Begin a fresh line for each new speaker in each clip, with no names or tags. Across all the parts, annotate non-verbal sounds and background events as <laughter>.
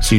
Si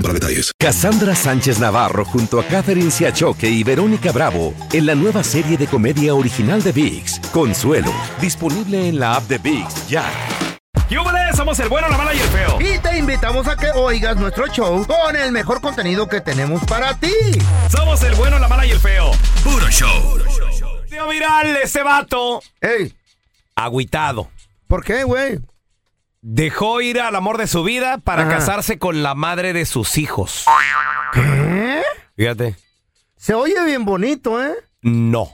para detalles.
Cassandra Sánchez Navarro junto a Catherine Siachoque y Verónica Bravo en la nueva serie de comedia original de VIX, Consuelo, disponible en la app de VIX ya.
¡Yúbales! Somos el bueno, la mala y el feo.
Y te invitamos a que oigas nuestro show con el mejor contenido que tenemos para ti.
Somos el bueno, la mala y el feo.
Puro show.
Tío viral ese vato.
Ey,
Agüitado.
¿por qué, güey?
Dejó ir al amor de su vida para
Ajá.
casarse con la madre de sus hijos.
¿Qué?
Fíjate.
Se oye bien bonito, ¿eh?
No.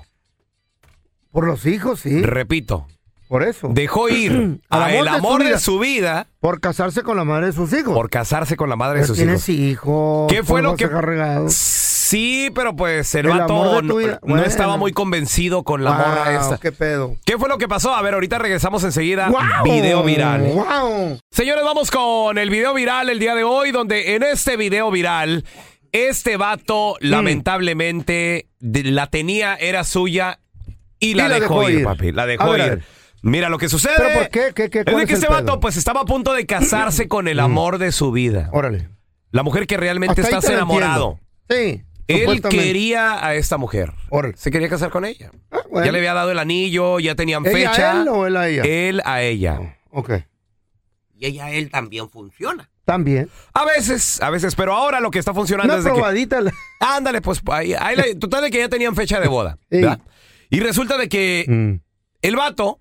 Por los hijos, sí.
Repito.
Por eso.
Dejó ir
<clears throat> Al
al el amor
amor de
de
su
su vida
Por casarse con la madre de sus hijos.
por casarse con la madre de
Pero
sus
tienes
hijos.
hijos.
¿Qué fue
¿cómo
lo
vas
que-
a dejar regado?
Sí, pero pues el,
El amor
vato
de tu
no,
vida.
no
Bueno.
estaba muy convencido con la morra
Wow,
esta.
¿Qué pedo?
¿Qué fue lo que pasó? A ver, ahorita regresamos enseguida.
Wow.
Video viral. ¿eh?
Wow.
Señores, vamos con el video viral el día de hoy, donde en este video viral, este vato
Mm.
lamentablemente de- la tenía, era suya y la, dejó, ir, papi. La
A
dejó
ver, a
ir.
ver.
Mira lo que sucede.
¿Pero por qué? ¿Qué- qué-
es
cuál
de
es
que
el
este
pedo?
vato pues estaba a punto de casarse con el amor de su vida.
Órale.
La mujer que realmente
Hasta ahí
estás
te lo
enamorado.
entiendo. Sí.
Él
supuestamente.
quería a esta mujer.
Órale.
Se quería casar con ella.
Ah, bueno.
Ya le había dado el anillo, ya tenían
¿Ella a
fecha. Eh.
él o él a ella?
Él a ella.
Ok.
y ella él también funciona.
También.
A veces, a veces, pero ahora lo que está funcionando
Una
es de que
probadita. la-
Ándale, pues ahí, ahí la- total de que ya tenían fecha de boda.
Ey.
¿verdad? Y resulta de que
Mm.
el vato,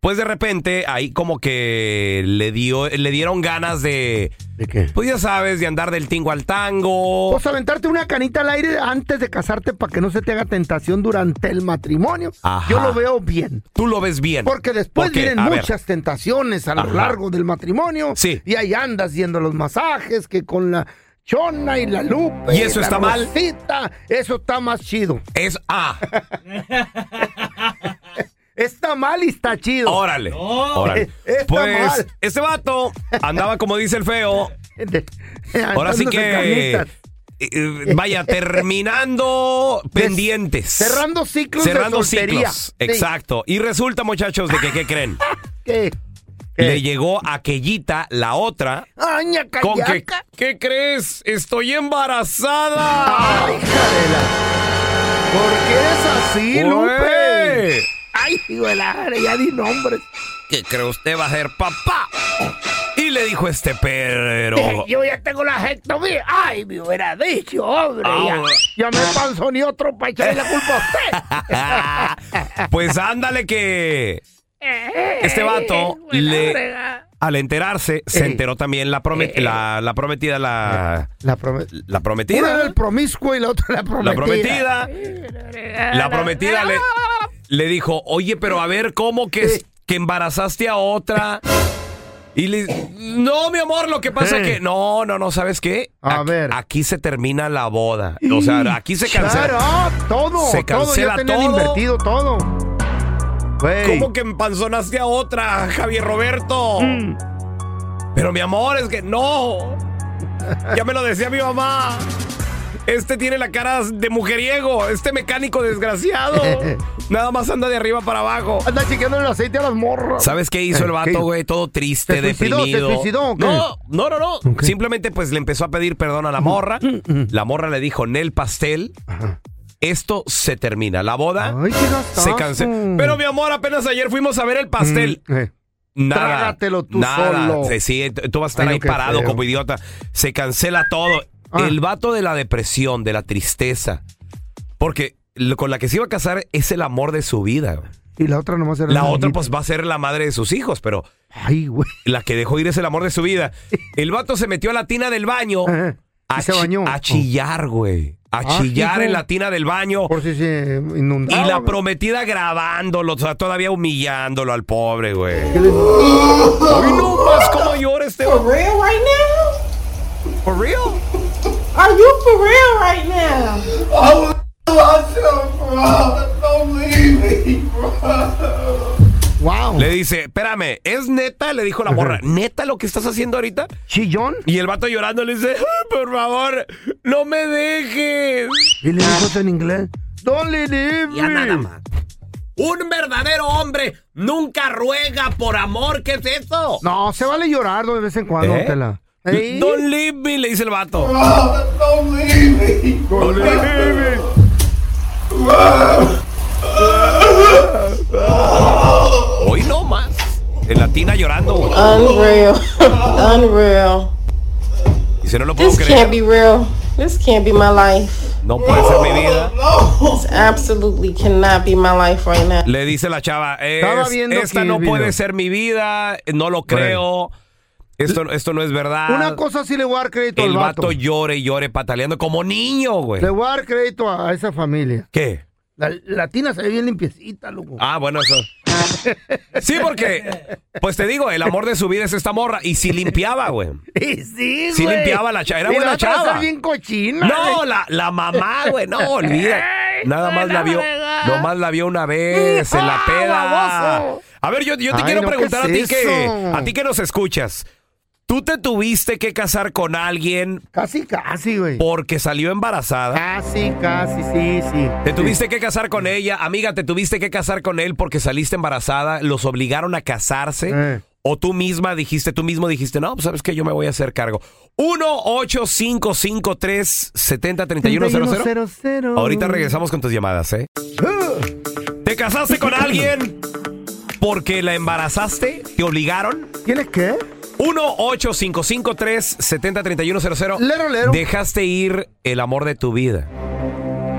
pues de repente, ahí como que le dio, le dieron ganas de,
¿De qué?
pues ya sabes, de andar del tingo al tango.
Pues aventarte una canita al aire antes de casarte para que no se te haga tentación durante el matrimonio.
Ajá.
Yo lo veo bien.
Tú lo ves bien.
Porque después
Porque,
vienen
a ver,
muchas tentaciones a lo
Ajá.
largo del matrimonio.
Sí.
Y ahí andas yendo a los masajes, que con la chona y la lupa.
¿Y eso está mal?
Eso está más chido.
Es ah,
<laughs> Está mal y está chido. Eh,
órale. órale.
Está
Pues
mal. <laughs>
este vato andaba como dice el feo.
De-
Ahora sí
aventándose
que
canitas.
eh, eh, vaya terminando
Des-
pendientes.
Cerrando ciclos
Cerrando
de soltería.
ciclos.
Sí.
Exacto. Y resulta, muchachos, de que, ¿qué creen?
¿Qué?
Le llegó aquellita, la otra,
Ay, ñaca,
con que,
ñaca.
¿qué crees? Estoy embarazada.
¡Ay, Jarela! ¿Por qué es así, Lupe?
Güey.
¡Ay, hijo de la madre, Ya di nombres.
¿Qué cree usted va a ser papá? Y le dijo este pero...
Yo <laughs> ya tengo la gente mía. ¡Ay, me hubiera dicho, hombre! ya-
Ahora.
ya, me panzó ni otro para echarle la culpa a usted.
<laughs> pues ándale que... Este vato le... Al enterarse, se
Eh.
enteró también la, prome- la, la prometida, <laughs> la,
La prometida.
la
Una era
prometida.
el promiscuo y la otra la prometida.
La prometida. La prometida le, le dijo, oye, pero a ver, ¿cómo que,
Eh.
es- que embarazaste a otra? Y le no, mi amor, lo que pasa es que, no, no, no, ¿sabes qué?
Eh. A
Aquí-
ver.
Aquí se termina la boda. O sea, aquí se
Claro, ah,
cancela.
todo.
Se cancela
todo. Ya tenían
todo.
invertido todo. Güey.
¿Cómo que empanzonaste a otra, Javier Roberto?
Mm.
Pero mi amor, es que no. Ya me lo decía mi mamá. Este tiene la cara de mujeriego, este mecánico desgraciado.
<laughs>
Nada más anda de arriba para abajo.
Anda chequeando el aceite a las morras.
¿Sabes qué hizo el
Eh, ¿qué?
vato, güey? Todo triste,
¿Se suicidó? ¿Se
deprimido.
suicidó o qué?
No, no, no, no.
Ok. Mm,
Simplemente pues le empezó a pedir perdón a la morra. La morra le dijo, Nel Pastel, esto se termina. La boda
Ay, qué gastazo.
se cancela. Pero mi amor, apenas ayer fuimos a ver el pastel.
Mm, eh.
Nada.
Trágatelo tú
nada.
solo.
Sí, Sí, eh, t- tú vas a estar
Ay, no,
ahí
qué
parado
feo.
como idiota. Se cancela todo.
Ah.
El vato de la depresión, de la tristeza. Porque lo- con la que se iba a casar es el amor de su vida. güey.
Y la otra nomás era
La
una
otra
niñita.
pues va a ser la madre de sus hijos, pero
Ay, güey. <laughs>
la que dejó ir es el amor de su vida. El vato se metió a la tina del baño
Ajá.
A,
se
chi-
bañó.
a chillar, güey. A
Ah,
chillar
hijo.
en la tina del baño.
Por si se
Y
inundaba.
la prometida grabándolo, o sea, todavía humillándolo al pobre, güey.
¿Qué le-
Ay, no más, ¿cómo llora este
For real right now?
¿For real?
Are you for real right now?
Wow.
Le dice, espérame, ¿es neta? Le dijo la morra, ¿neta lo que estás haciendo ahorita?
Chillón.
Y el vato llorando le dice, "Ah, por favor, no me dejes.
Y le dijo eso en inglés. Don't leave me.
Ya nada más.
Mm. Un verdadero hombre nunca ruega por amor, ¿qué es eso?
No, se vale llorar de vez en cuando,
¿Eh?
tela. Ey.
Don't leave me, le dice el vato. Hoy no más. En la tina llorando, güey.
Unreal. Unreal.
Dice, no lo puedo
This can't
creer.
be real. This can't be my life.
No puede ser mi vida.
This absolutely cannot be my life right now.
Le dice la chava, "Es-
Estaba viendo
esta
Kill
no
Bill.
puede ser mi vida, no lo creo, esto, esto no es verdad.
Una cosa sí le voy a dar crédito
Ah, el
al vato.
vato llore y llore pataleando como niño, güey.
Le voy a dar crédito a, a esa familia.
¿Qué?
La latina se ve bien limpiecita, loco.
Ah, bueno, eso. Sí, porque, pues te digo, el amor de su vida es esta morra. Y si limpiaba, güey.
Sí, <laughs> sí,
Sí
güey.
limpiaba la chava, era
Y
buena
la otra
chava.
está bien cochina.
No, la, la mamá, güey. No,
<laughs>
olvida. Nada más la vio. Nomás la vio una vez en la
Ah,
peda.
baboso.
A ver, yo, yo te
Ay,
quiero
no, ¿qué
preguntar a
es
ti que
eso?
a ti que nos escuchas. ¿Tú te tuviste que casar con alguien
Casi, casi, güey.
porque salió embarazada?
Casi, casi, sí, sí.
¿Te tuviste que casar con ella? Amiga, ¿te tuviste que casar con él porque saliste embarazada? ¿Los obligaron a casarse?
Eh.
¿O tú misma dijiste, tú mismo dijiste, no, pues sabes que yo me voy a hacer cargo? 1 8553 703100
cero.
Ahorita regresamos con tus llamadas, ¿eh? ¿Te casaste con alguien porque la embarazaste? ¿Te obligaron?
¿Tienes qué?
1-855-370-3100.
Lero, lero.
Dejaste ir el amor de tu vida.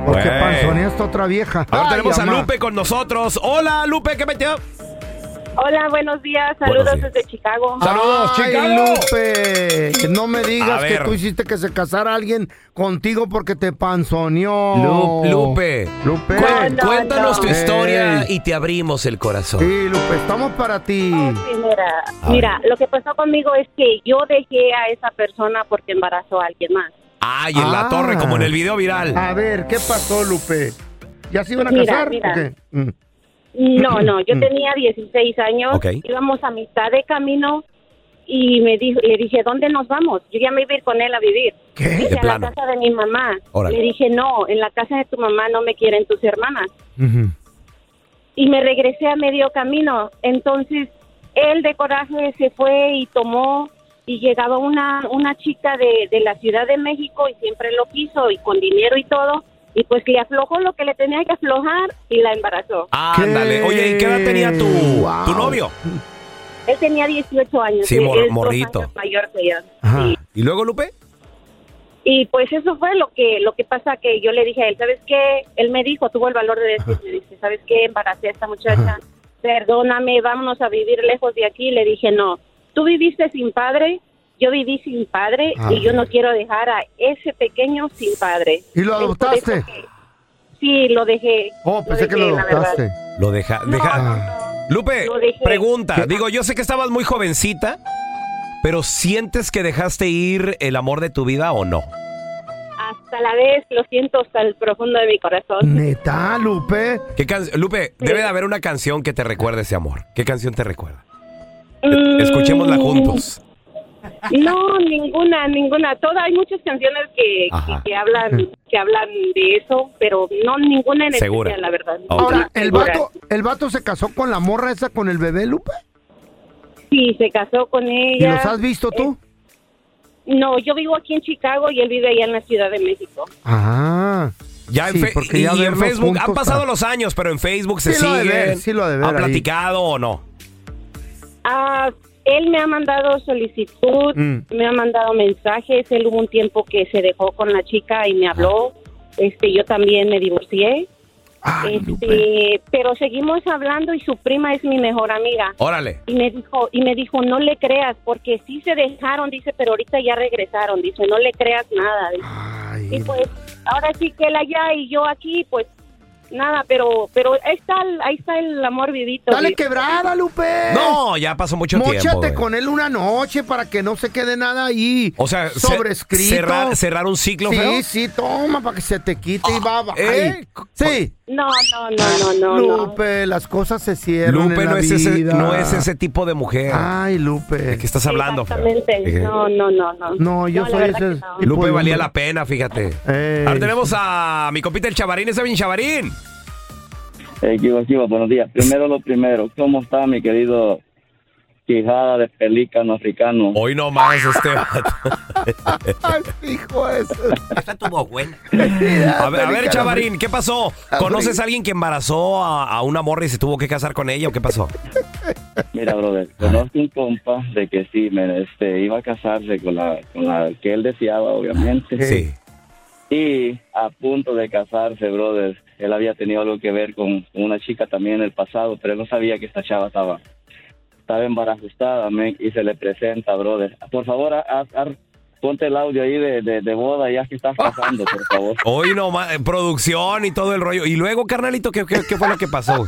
Porque
Güey.
panzonea esta otra vieja.
Ahora
Ay,
tenemos a
mamá.
Lupe con nosotros. Hola, Lupe, ¿qué metió?
Hola, buenos días.
Buenos
Saludos
días.
desde Chicago.
Saludos,
Ay,
Chicago.
Lupe, que no me
A
digas que
ver.
tú hiciste que se casara alguien contigo porque te panzoneó.
Lu- Lupe.
Lupe.
Cu-
No, no,
Cuéntanos
no.
tu
Ey.
historia y te abrimos el corazón.
Sí, Lupe, estamos para ti.
Sí, mira,
A
mira, lo que pasó conmigo es que yo dejé a esa persona porque embarazó a alguien más.
Ay, en la
Ah.
torre, como en el video viral.
A ver, ¿qué pasó, Lupe? ¿Ya se iban a
Mira,
casar?
mira.
¿O qué? Mm.
No, no, yo tenía 16 años,
Mm-hmm. Mm. Ok.
íbamos a mitad de camino y me dijo, le dije, ¿dónde nos vamos? Yo ya me iba a ir con él a vivir.
¿Qué?
Dice,
¿Eh? De
a la
plano.
casa de mi mamá.
Órale.
Le dije, no, en la casa de tu mamá no me quieren tus hermanas. Y me regresé a medio camino. Entonces, él de coraje se fue y tomó y llegaba una, una chica de, de la Ciudad de México y siempre lo quiso y con dinero y todo. Y pues le aflojó lo que le tenía que aflojar y la embarazó.
Ah. Ándale. Oye, ¿y qué edad tenía tu,
Wow.
tu novio?
Él tenía 18 años.
Sí,
él
mor-
es dos
morrito.
años mayor que yo.
Ajá.
Sí.
¿Y luego, Lupe?
Y pues eso fue lo que lo que pasa que yo le dije a él, ¿sabes qué? Él me dijo, tuvo el valor de decirme, dice, ¿sabes qué? Embaracé a esta muchacha, perdóname, vámonos a vivir lejos de aquí. Le dije, no, tú viviste sin padre, yo viví sin padre
Ah.
y yo no quiero dejar a ese pequeño sin padre.
¿Y lo
Es por eso
adoptaste?
que- Sí, lo dejé.
Oh, pensé que lo
dejé, la verdad.
adoptaste.
Lo deja,
No,
deja.
no,
Lupe,
Lo dejé.
pregunta.
¿Qué?
Digo, yo sé que estabas muy jovencita, pero ¿sientes que dejaste ir el amor de tu vida o no?
Hasta la vez lo siento hasta el profundo de mi corazón.
Neta, Lupe.
¿Qué can- Lupe, debe de haber una canción que te recuerde ese amor. ¿Qué canción te recuerda?
Mm.
Escuchémosla juntos.
No, ninguna, ninguna. Toda, hay muchas canciones que,
Ajá.
que, que hablan que hablan de eso, pero no ninguna en
Segura.
especial, la verdad.
Ok.
Ahora, el
Segura.
vato, el vato se casó con la morra esa con el bebé, Lupe.
Sí, se casó con
¿Y
ella.
los has visto tú?
eh, No, yo vivo aquí en Chicago y él vive allá en la Ciudad de México.
Ah.
Ya en,
Sí,
fe-
porque
y
ya
en
verlos
Facebook han
juntos,
pasado
ah.
los años, pero en Facebook se
Sí lo ha de
siguen.
ver, sí lo ha de ver
¿Han
ahí.
platicado o no?
Ah, él me ha mandado solicitud,
Mm.
me ha mandado mensajes. Él hubo un tiempo que se dejó con la chica y me habló. Este, yo también me divorcié.
Ay, Ah, Lupe.
Este, pero seguimos hablando y su prima es mi mejor amiga.
Órale.
Y me dijo, y me dijo, no le creas, porque sí se dejaron, dice, pero ahorita ya regresaron, dice, no le creas nada. dice.
Ay,
Y pues, ahora sí que él allá y yo aquí, pues, nada, pero, pero ahí está el, ahí está el amor vivito.
Dale
dice.
quebrada, Lupe.
No, ya pasó mucho tiempo.
Móchate
güey.
con él una noche para que no se quede nada ahí.
O sea, ce-
sobrescrito.
Cerrar, cerrar un ciclo
sí,
feo.
sí, toma para que se te quite y va a
¿eh?
Sí.
No, no, no, no, no. no.
Lupe, las cosas se cierran.
Lupe
en la
no es, ese,
vida. Ah.
no es ese tipo de mujer.
Ay, Lupe.
¿De qué estás hablando? feo?
Exactamente.
Eh,
No, no, no, no.
No, yo
la
soy
verdad
ese
que no.
tipo
Lupe
de
valía
hombre.
la pena, fíjate.
Ey.
Ahora tenemos a mi compita el chavarín, ese bien chavarín.
Eh, Chivas, Chivas, buenos días. Primero lo primero, ¿cómo está mi querido Quijada de Pelícano Africano?
Hoy no más este. vato.
Ay, hijo de su-
<laughs>
Esta tuvo buena.
A ver, a ver, chavarín, ¿qué pasó? ¿Conoces a alguien que embarazó a, a una morra y se tuvo que casar con ella o qué pasó?
Mira, brother, conozco un compa de que sí, me, este, iba a casarse con la, con la que él deseaba, obviamente.
Sí.
Y a punto de casarse, brother, él había tenido algo que ver con una chica también en el pasado, pero él no sabía que esta chava estaba, estaba embarazada, men, y se le presenta, brother. Por favor, haz- haz- ponte el audio ahí de, de, de boda y haz que estás casando, por favor.
Hoy no más, eh, producción y todo el rollo. Y luego, carnalito, ¿qué, qué- qué fue lo que pasó?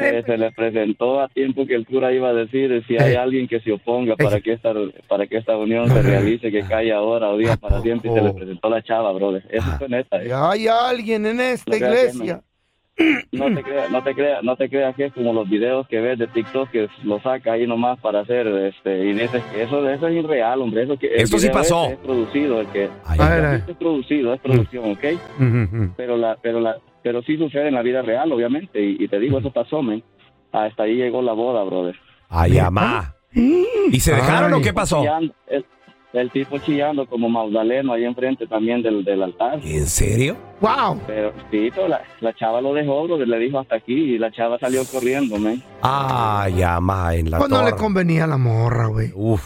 Eh, se le presentó a tiempo que el cura iba a decir eh, si hay alguien que se oponga
Eh.
para que esta para que esta unión se realice que cae ahora o día para siempre y se
Oh.
le presentó la chava brother eso fue neta eh.
Hay alguien en esta
No creas que
iglesia.
no te creas no te creas no te creas que es como los videos que ves de TikTok que lo saca ahí nomás para hacer este y dices que eso eso es irreal hombre eso que el
Esto sí
video
pasó.
ese es producido el que
Ay,
A ver, a ver.
es producido es producción ¿ok?
Ujú, ujú.
pero la pero la pero sí sucede en la vida real obviamente y, y te digo eso pasó men hasta ahí llegó la boda brother
ay, amá. ¿Y se dejaron
Ay.
o qué pasó?
chillando, el, el tipo chillando como Magdaleno ahí enfrente también del, del altar.
¿En serio?
Wow.
Pero sí, pero la, la chava lo dejó, brother, le dijo hasta aquí y la chava salió corriendo, men.
Ay, amá, en la
Pues no le
torre.
convenía a la morra, güey.
Uf.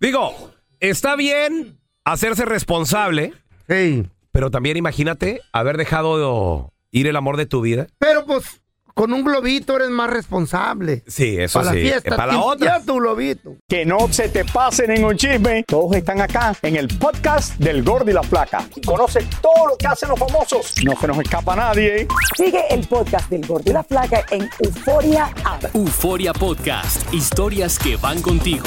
Digo, está bien hacerse responsable,
Ey.
pero también imagínate haber dejado ir el amor de tu vida.
Pero pues con un globito eres más responsable.
Sí, eso
Para la
sí.
fiesta,
Eh, para la
ti-
otra.
ya tu globito.
Que no se te pasen en un chisme. Todos están acá en el podcast del Gordo y la Flaca. Y conoce todo lo que hacen los famosos. No se nos escapa nadie.
Sigue el podcast del Gordo y la Flaca en Euforia App.
Euforia Podcast, historias que van contigo.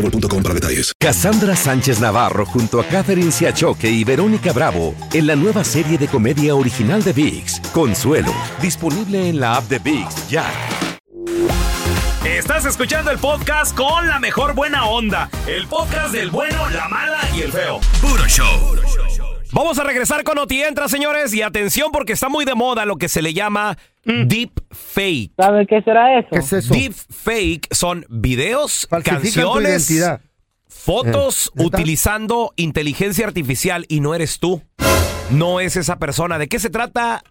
para detalles.
Cassandra Sánchez Navarro junto a Catherine Siachoque y Verónica Bravo en la nueva serie de comedia original de VIX, Consuelo, disponible en la app de VIX ya.
Estás escuchando el podcast con la mejor buena onda. El podcast del bueno, la mala y el feo. Puro show.
Vamos a regresar con Oti Entra, señores, y atención porque está muy de moda lo que se le llama deep fake.
¿Saben qué será eso?
¿Qué es Mm. eso?
Deep fake son videos,
Falsifican tu
canciones,
identidad.
fotos
Eh, ¿neta?
utilizando inteligencia artificial y no eres tú. No es esa persona. ¿De qué se trata?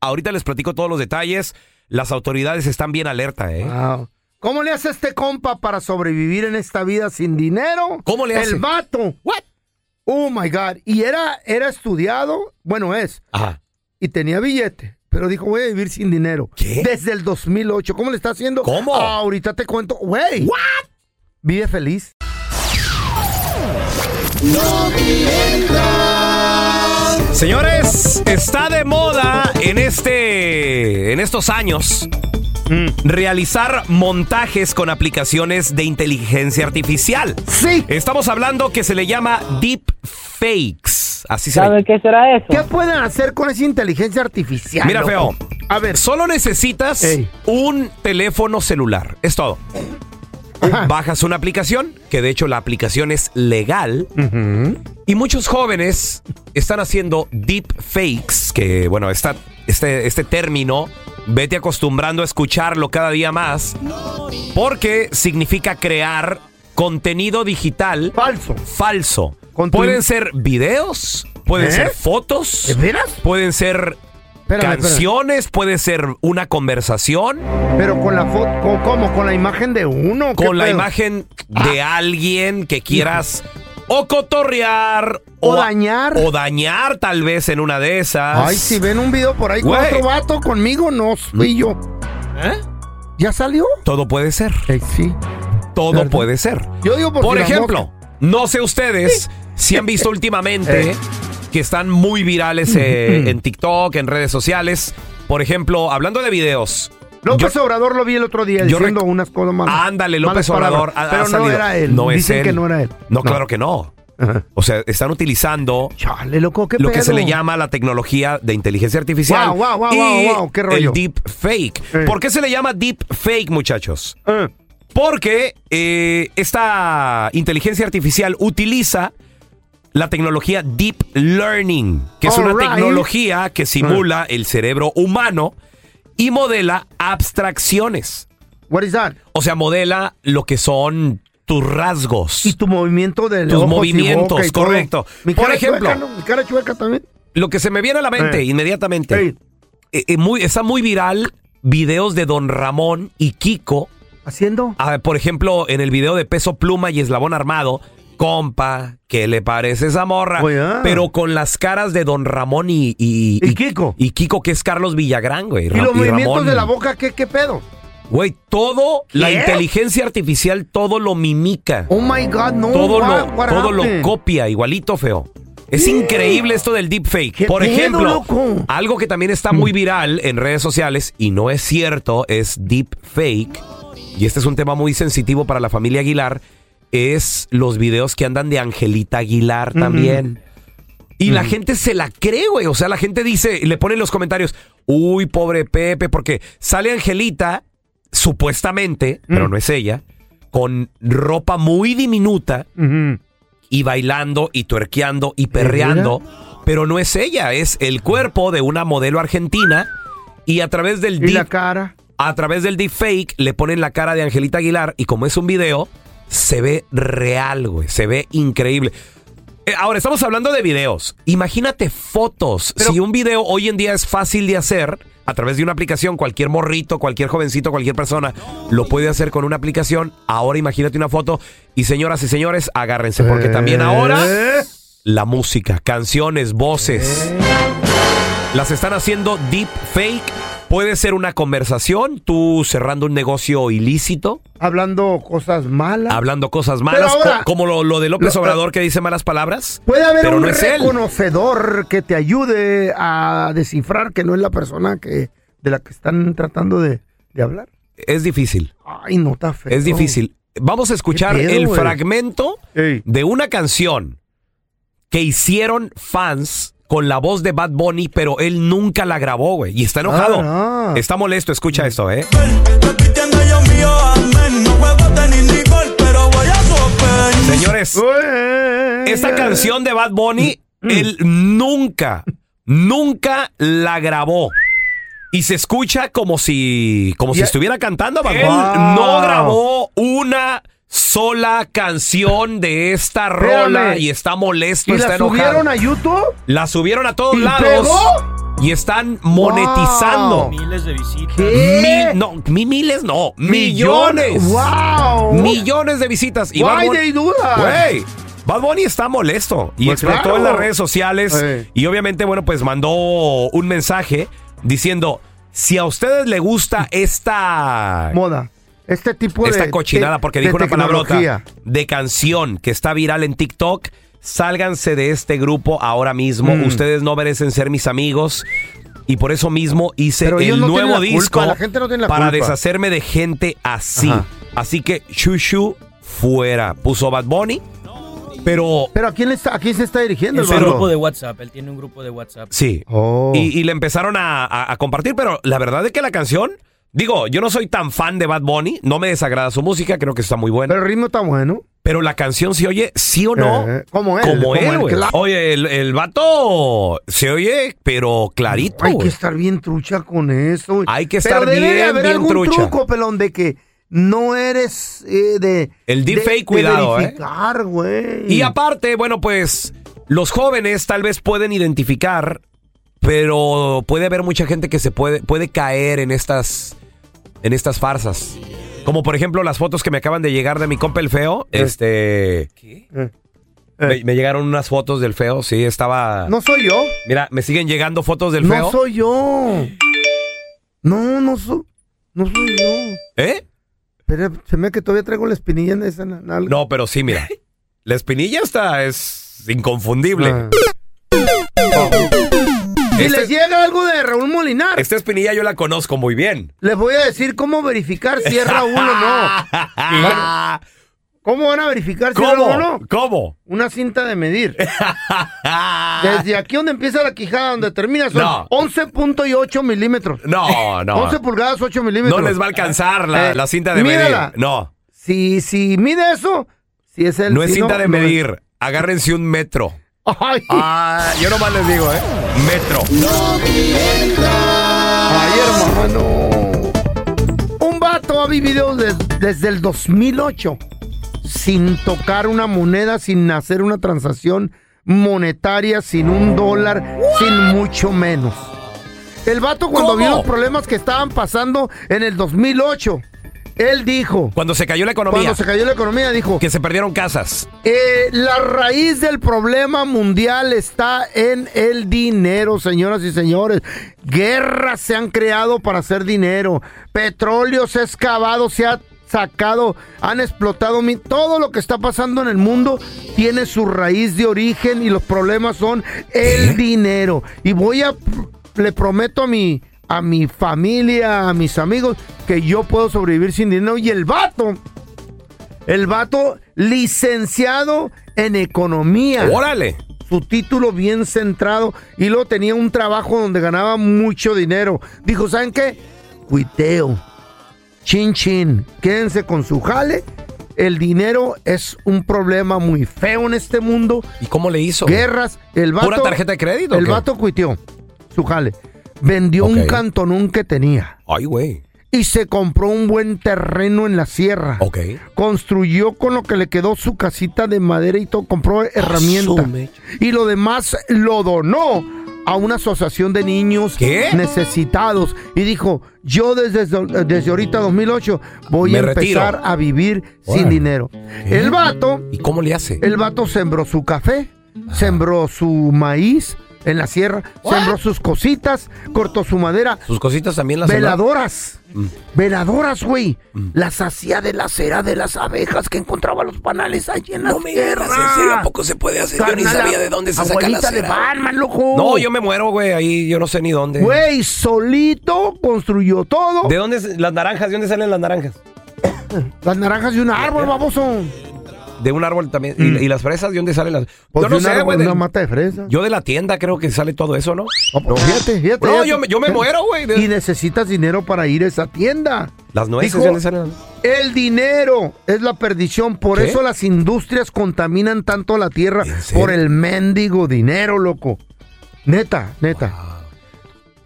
Ahorita les platico todos los detalles. Las autoridades están bien alerta, ¿eh?
Wow. ¿Cómo le hace este compa para sobrevivir en esta vida sin dinero?
¿Cómo le hace?
El vato.
What?
Oh my God. Y era, era estudiado, bueno es,
Ajá.
y tenía billete. Pero dijo, voy a vivir sin dinero.
¿Qué?
Desde el 2008. ¿Cómo le está haciendo?
¿Cómo?
Ah, ahorita te cuento. Güey. ¿What? Vive feliz.
Señores, está de moda en este en estos años mm, realizar montajes con aplicaciones de inteligencia artificial.
Sí.
Estamos hablando que se le llama deep fakes, así se le-
¿Saben qué será eso?
¿Qué pueden hacer con esa inteligencia artificial?
Mira,
loco?
feo.
A ver.
Solo necesitas
Ey.
un teléfono celular, es todo.
Ajá.
Bajas una aplicación, que de hecho la aplicación es legal,
Ujú.
y Y muchos jóvenes están haciendo deep fakes, que bueno, esta- este, este término, vete acostumbrando a escucharlo cada día más, porque significa crear contenido digital falso. Falso. Pueden ser videos, pueden
¿Eh?
ser fotos,
¿De veras?
pueden ser
Espérame, espérame.
canciones, puede ser una conversación.
Pero con la foto, ¿cómo? ¿Con la imagen de uno? ¿Qué
con la
pedo? Ah.
imagen de alguien que quieras o cotorrear
O dañar.
o dañar tal vez en una de esas.
Ay, si ven un video por ahí con
Güey.
otro vato conmigo, no soy yo.
¿Eh?
¿Ya salió? Eh,
Todo puede ser.
sí.
Todo
¿Verdad?
puede ser.
Yo digo por
Por
si la
ejemplo, no sé ustedes si han
<laughs>
visto últimamente
Eh.
que están muy virales eh,
Ujú.
en TikTok, en redes sociales. Por ejemplo, hablando de videos.
López
yo-
Obrador lo vi el otro día
yo
diciendo unas cosas malas.
Ándale, López
malas palabras,
Obrador. ha- ha
pero no
salido.
era él.
No es
Dicen
él.
que no era él.
No, claro que no. O sea, están utilizando
Dale, loco, ¿qué
lo que se
pedo?
le llama la tecnología de inteligencia artificial.
Guau, guau, guau,
y
guau, guau, qué rollo.
El deep fake. ¿Por qué se le llama deep fake, muchachos?
Eh,
Porque eh, esta inteligencia artificial utiliza la tecnología deep learning, que es una
Alright.
tecnología que simula el cerebro humano y modela abstracciones.
What is that?
O sea, modela lo que son tus rasgos.
Y tu movimiento de
Tus movimientos, correcto. Por ejemplo-
mi cara chueca también.
Lo que se me viene a la mente
Eh.
inmediatamente. eh, eh, muy, está muy viral videos de Don Ramón y Kiko. ah,
¿Haciendo?
por ejemplo, en el video de Peso Pluma y Eslabón Armado. Compa, ¿qué le parece esa morra?
Oye, ah.
Pero con las caras de Don Ramón y, y, Kiko. Y Kiko, que es Carlos Villagrán, güey.
y
Ra-
los movimientos
Ramón.
de la boca, ¿qué, qué pedo?
Güey, todo, la
¿Qué?
inteligencia artificial, todo lo mimica.
Oh my God, no.
todo
what-
lo,
what
todo lo
happened?
copia, igualito feo. Es
Sí.
increíble esto del deepfake. Por
pedo,
ejemplo,
loco?
algo que también está muy viral en redes sociales y no es cierto es deepfake. Y este es un tema muy sensitivo para la familia Aguilar. Es los videos que andan de Angelita Aguilar también. Y
Mm.
la gente se la cree, güey. O sea, la gente dice, le pone en los comentarios, uy, pobre Pepe, porque sale Angelita, supuestamente,
Mm.
pero no es ella, con ropa muy diminuta y bailando y tuerqueando y perreando, pero no es ella, es el cuerpo de una modelo argentina y a través del
Y la
deep,
cara.
a través del deepfake le ponen la cara de Angelita Aguilar y como es un video se ve real, güey, se ve increíble. Eh, Ahora estamos hablando de videos. Imagínate fotos. si un video hoy en día es fácil de hacer a través de una aplicación, cualquier morrito, cualquier jovencito, cualquier persona lo puede hacer con una aplicación. Ahora imagínate una foto y señoras y señores, agárrense porque también ahora
Eh.
la música, canciones, voces. Las están haciendo deep fake. Puede ser una conversación, tú cerrando un negocio ilícito,
Hablando cosas malas.
hablando cosas malas,
ahora-
co- como lo, lo de López
Lo-
Obrador que dice malas palabras.
Puede haber
pero
un
no es él.
reconocedor que te ayude a descifrar que no es la persona que de la que están tratando de, de hablar.
Es difícil.
Ay, no está feo.
Es difícil. Vamos a escuchar
¿Qué pedo,
el
güey?
fragmento de una canción que hicieron fans con la voz de Bad Bunny, pero él nunca la grabó, güey. Y está enojado.
Ah,
Está molesto.
Mm.
Escucha esto, ¿eh?
Repitiendo yo mío, amén. No juego tenis ni gol, pero voy a romper.
Uh.
Señores,
Mm.
esta canción de Bad Bunny, él nunca, nunca la grabó. Y se escucha como si, como si
Ya-
estuviera cantando. Bad Bunny.
Wow.
Él no grabó una sola canción de esta rola
Espérame.
y está molesto,
¿Y
está
la
enojado.
subieron a YouTube?
La subieron a todos
¿Y
lados
pegó?
y están monetizando.
Miles de visitas.
Mil- no, mi- miles no, millones.
Wow.
Millones de visitas. Y
Why
Bad Bunny-
they do that?
Güey, Bad Bunny está molesto y
Pues
explotó
claro.
en las redes sociales
Ey.
y obviamente, bueno, pues mandó un mensaje diciendo, si a ustedes le gusta esta...
Moda. Este tipo de.
Esta cochinada,
de-
porque
de
dijo una
tecnología.
palabrota de canción que está viral en TikTok. Sálganse de este grupo ahora mismo.
Mm.
Ustedes no merecen ser mis amigos. Y por eso mismo hice
Pero ellos
el
no tienen
nuevo
la culpa,
disco
la gente no tiene la
para
culpa.
deshacerme de gente así.
Ajá.
Así que Shushu fuera. Puso Bad Bunny. Pero
Pero ¿a quién, le está, a quién se está dirigiendo?
Es
el
un
vato?
grupo
de WhatsApp, él tiene un grupo de WhatsApp.
Sí.
Oh.
Y, y le empezaron a, a- a compartir, pero la verdad es que la canción, digo, yo no soy tan fan de Bad Bunny, no me desagrada su música, creo que está muy buena.
Pero el ritmo está bueno.
Pero la canción se oye sí o no.
Eh, como él,
Como
como
él,
él,
güey.
claro.
Oye, el, el vato se oye, pero clarito.
Hay que
güey.
estar bien trucha con eso. güey.
Hay que
Pero
estar
debe de
bien,
haber
bien
algún
trucha.
truco, pelón, de que no eres eh, de...
El
de-
deepfake,
de
cuidado, ¿eh?
verificar, güey.
Y aparte, bueno, pues los jóvenes tal vez pueden identificar, pero puede haber mucha gente que se puede, puede caer en estas, en estas farsas. Como por ejemplo las fotos que me acaban de llegar de mi compa el feo.
Eh.
Este. Me, me llegaron unas fotos del feo, sí, estaba.
No soy yo.
Mira, me siguen llegando fotos del feo.
No soy yo. No, no soy... No soy yo.
¿Eh?
Pero se me que todavía traigo la espinilla en esa na- nalga.
No, pero sí, mira. La espinilla está es inconfundible.
Si
Este-
Ah. les llega algo de Raúl Molinar,
Esta espinilla yo la conozco muy bien.
les voy a decir cómo verificar
<laughs>
si es Raúl o no. ¿Cómo van a verificar si es
¿Cómo?
Raúl o no?
¿Cómo?
Una cinta de medir. Desde aquí donde empieza la quijada, donde termina, son
No.
11.8 milímetros.
No, no.
11 pulgadas, 8
No
milímetros.
les va a alcanzar la,
Eh,
la cinta de
mírala.
medir. No,
Si, si mide eso, si es el...
no es
si
cinta de
no es.
medir. Agárrense un metro.
Ay.
Ah, yo nomás les digo, ¿eh? Metro.
Ay, hermano. Un vato ha vivido des- desde el 2008 sin tocar una moneda, sin hacer una transacción monetaria, sin un dólar, sin mucho menos. El vato cuando
¿Cómo?
vio los problemas que estaban pasando en el 2008, él dijo,
Cuando se cayó la economía.
cuando se cayó la economía, dijo,
Que se perdieron casas.
eh, la raíz del problema mundial está en el dinero, señoras y señores. Guerras se han creado para hacer dinero. Petróleo se ha excavado, se ha sacado, han explotado. mi- Todo lo que está pasando en el mundo tiene su raíz de origen y los problemas son el dinero. Y voy a, le prometo a mi, a mi familia, a mis amigos, que yo puedo sobrevivir sin dinero. Y el vato el vato licenciado en economía.
Órale.
Su título bien centrado y luego tenía un trabajo donde ganaba mucho dinero. Dijo, ¿saben qué? Cuiteo. Chin chin. Quédense con su jale. El dinero es un problema muy feo en este mundo.
¿Y cómo le hizo?
Guerras. El vato,
¿Pura tarjeta de crédito o
El
qué?
vato cuiteó su jale. Vendió un
Ok.
cantonón que tenía
Ay, güey.
y se compró un buen terreno en la sierra.
Ok.
Construyó con lo que le quedó su casita de madera y todo, compró herramientas. Y lo demás lo donó a una asociación de niños
¿Qué?
necesitados. Y dijo, yo desde, desde ahorita 2008 voy
Me
a empezar
retiro.
a vivir sin
Órale.
dinero. El vato...
¿Y cómo le hace?
El vato sembró su café, sembró su maíz en la sierra, sembró sus cositas, cortó su madera,
Sus cositas también las
veladoras.
Mm.
Veladoras, güey. Las hacía de la cera de las abejas que encontraba los panales allí en la tierra.
poco se puede
Carnal, abuelita de Batman, loco.
No, yo me muero, güey. Ahí yo no sé ni dónde.
Güey, solito construyó todo.
¿De dónde s- las naranjas? ¿De dónde salen las naranjas?
Las naranjas de un árbol, baboso.
De un árbol también. ¿Y- ¿Y, las fresas? ¿De dónde salen las?
Mm. Pues
yo no
de un
sé,
árbol,
güey. de-
una mata de fresa.
Yo de la tienda creo que sale todo eso, ¿no?
No, fíjate, fíjate.
No,
fíjate.
yo me- yo me muero, güey.
Y necesitas dinero para ir a esa tienda.
Las nueces,
Dijo,
¿de dónde salen?
El dinero es la perdición, por
¿Qué?
eso las industrias contaminan tanto la tierra por el mendigo dinero, loco. Neta, neta.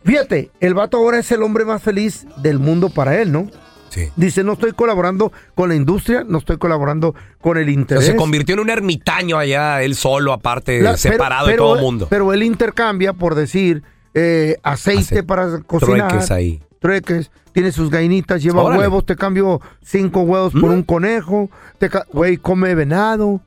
Fíjate, el vato ahora es el hombre más feliz del mundo para él, ¿no?
Sí.
Dice, no estoy colaborando con la industria, no estoy colaborando con el
O sea,
interés.
se convirtió en un ermitaño allá, él solo, aparte,
La- pero-
separado de
pero-
todo el mundo.
Pero él intercambia, por decir, eh, aceite para cocinar.
Trueques ahí.
Trueques, tiene sus gainitas, lleva
Órale.
huevos, te cambio cinco huevos por un conejo, te ca- güey, come venado,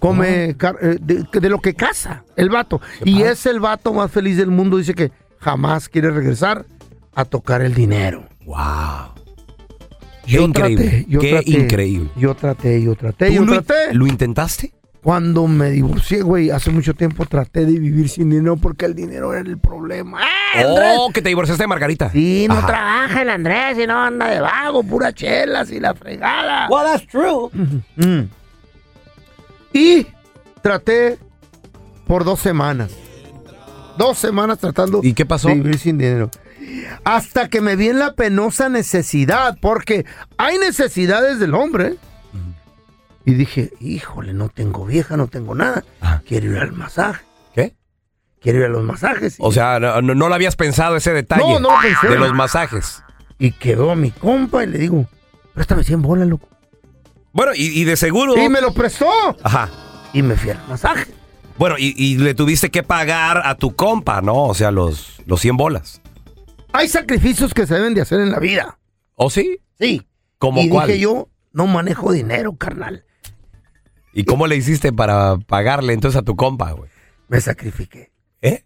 come car- eh, de, de lo que caza el vato. Y es el vato más feliz del mundo, dice que jamás quiere regresar a tocar el dinero.
¡Wow! Qué increíble. Qué increíble.
Yo traté, yo traté, yo
¿Tú lo,
traté.
lo intentaste?
Cuando me divorcié, güey, hace mucho tiempo traté de vivir sin dinero porque el dinero era el problema. ¡Ah, Andrés!
¡Oh, que te divorciaste de Margarita!
Sí, no
Ajá.
trabaja el Andrés y no anda de vago, pura chelas y la fregada.
Well, that's true.
<laughs> Mm. Y traté por dos semanas. Dos semanas tratando
¿Y qué pasó?
de vivir sin dinero. Hasta que me vi en la penosa necesidad, porque hay necesidades del hombre. Y dije, híjole, no tengo vieja, no tengo nada. Quiero ir al masaje.
¿Qué?
Quiero ir a los masajes.
O sea, no, no- no lo habías pensado ese detalle.
No, no lo pensé.
De los masajes.
Y quedó mi compa y le digo, préstame 100 bolas, loco.
Bueno, y, y de seguro.
Y me lo prestó.
Ajá.
Y me fui al masaje.
Bueno, y, y le tuviste que pagar a tu compa, ¿no? O sea, los, los 100 bolas.
Hay sacrificios que se deben de hacer en la vida.
¿O sí?
Sí.
¿Cómo
y
cuál?
dije yo, no manejo dinero, carnal.
¿Y cómo le hiciste para pagarle entonces a tu compa, güey?
Me sacrifiqué.
¿Eh?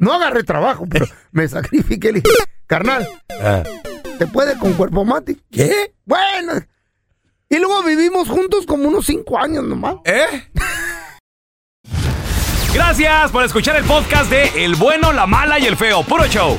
No agarré trabajo, <laughs> pero me sacrifiqué. Le dije, carnal,
Ah.
¿te puede con cuerpo mate?
¿Qué?
Bueno. Y luego vivimos juntos como unos cinco años nomás.
¿Eh? Gracias por escuchar el podcast de El bueno, la mala y el feo. Puro show.